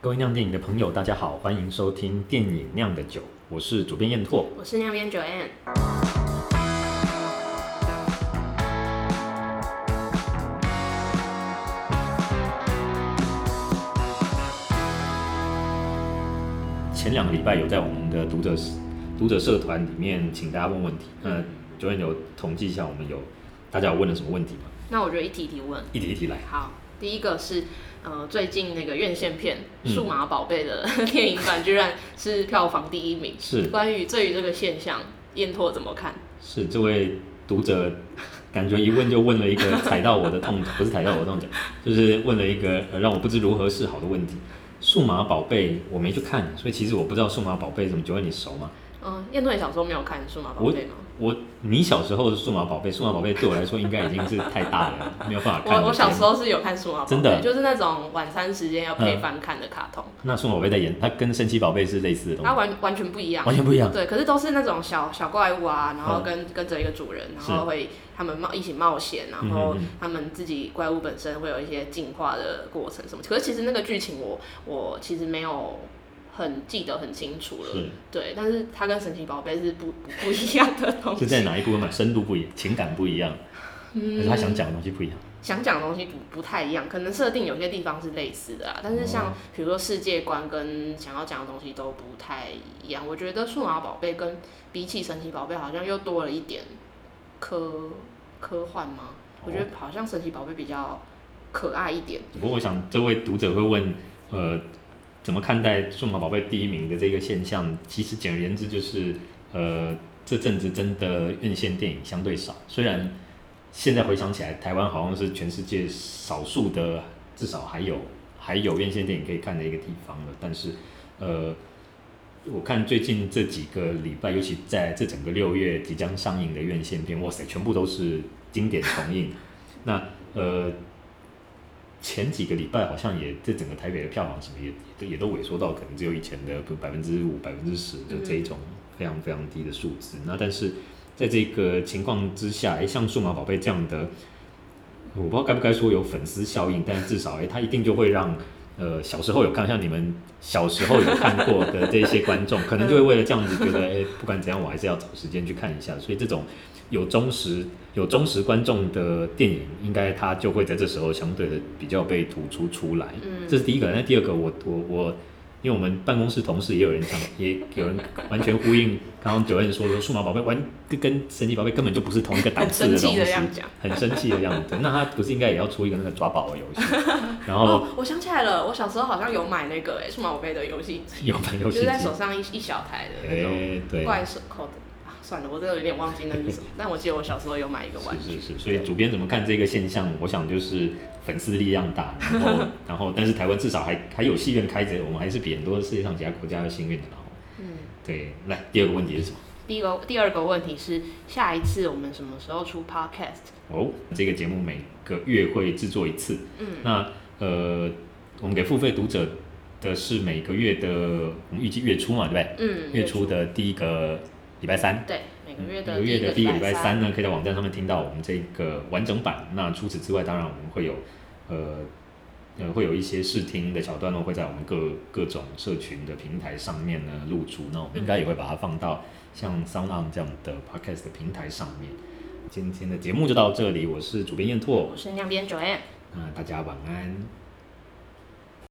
各位酿电影的朋友，大家好，欢迎收听《电影酿的酒》，我是主编燕拓。我是那边九 N，前两个礼拜有在我们的读者读者社团里面请大家问问题，那九燕有统计一下我们有大家有问了什么问题吗？那我就一题一题问。一题一题来。好，第一个是呃，最近那个院线片嗯《数码宝贝》的电影版居然是票房第一名。是关于对于这个现象，燕拓怎么看？是这位读者，感觉一问就问了一个踩到我的痛，不是踩到我的痛脚，就是问了一个呃让我不知如何是好的问题。数码宝贝我没去看，所以其实我不知道数码宝贝怎么。九问你熟吗？嗯、燕拓你小时候没有看《数码宝贝》吗？我你小时候的数码宝贝，数码宝贝对我来说应该已经是太大了，没有办法看了。我我小时候是有看《数码宝贝》，真的嗯就是那种晚餐时间要配饭看的卡通，那数码宝贝在演，它跟神奇宝贝是类似的东它西，完完全不一样。完全不一样。对，可是都是那种小小怪物啊，然嗯后跟、跟着一个主人，然后会他们冒一起冒险，然后嗯嗯嗯他们自己怪物本身会有一些进化的过程什么。可是其实那个剧情我我其实没有很记得很清楚了是，对，但是它跟神奇宝贝是不不不一样的东是在西，嗯哪一部分嘛？深度不一样，情感不一样，还是他想讲的东西不一样？想讲的东西不不太一样，可能设定有些地方是类似的啊，但是哦像比如说世界观跟想要讲的东西都不太一样。我觉得数码宝贝跟比起神奇宝贝好像又多了一点科科幻吗？哦我觉得好像神奇宝贝比较可爱一点。不过我想这位读者会问，呃，怎么看待数码宝贝第一名的这个现象？其实简而言之就是，呃，这阵子真的院线电影相对少，虽然现在回想起来，台湾好像是全世界少数的，至少还有还有院线电影可以看的一个地方了，但是，呃。我看最近这几个礼拜，尤其在这整个六月即将上映的院线片，哇塞，全部都是经典重映。那呃，前几个礼拜好像也这整个台北的票房什么也也也都萎缩到可能只有以前的百分之五、百分之十的这一种非常非常低的数字。那但是在这个情况之下，诶，像数码宝贝这样的，我不知道该不该说有粉丝效应，但至少诶，它一定就会让。呃，小时候有看，像你们小时候有看过的这些观 众，可能就会为了这样子觉得，诶，不管怎样，我还是要找时间去看一下。所以这种有忠实有忠实观众的电影，应该它就会在这时候相对的比较被突出出来。嗯这是第一个。那第二个，我我我，因为我们办公室同事也有人讲，也有人完全呼应刚刚九恩说的，数码宝贝完跟跟神奇宝贝根本就不是同一个档次东西很生气的样子，很生气的样子。那他不是应该也要出一个那个抓宝的游戏？ 然后哦，我想起来了，我小时候好像有买那个诶欸数码宝贝的游戏机，有玩游就戏是机，在手上一一小台的那种哎对，怪兽口的。啊算了，我真的有点忘记那是什么，但我记得我小时候有买一个玩具。是是是，所以主编怎么看这个现象？我想就是粉丝力量 大，然后然后但是台湾至少还还有戏院开着，我们还是比很多世界上其他国家要幸运的。然后嗯。对，来第二个问题是什么？第一个第二个问题是，下一次我们什么时候出 podcast？哦，这个节目每个月会制作一次。嗯，那呃，我们给付费读者的是每个月的，我们预计月初嘛，对不对？嗯，月初的第一个礼拜三。对，每个月每的个月的第一个礼拜三，三呢，可以在网站上面听到我们这个完整版。那除此之外，当然我们会有呃呃会有一些试听的小段落，会在我们各各种社群的平台上面呢露出。那我们应该也会把它放到像 Sound On 这样的 Podcast 的平台上面。今天的节目就到这里，我是主编燕拓我，是亮边 Joanne。那大家晚安。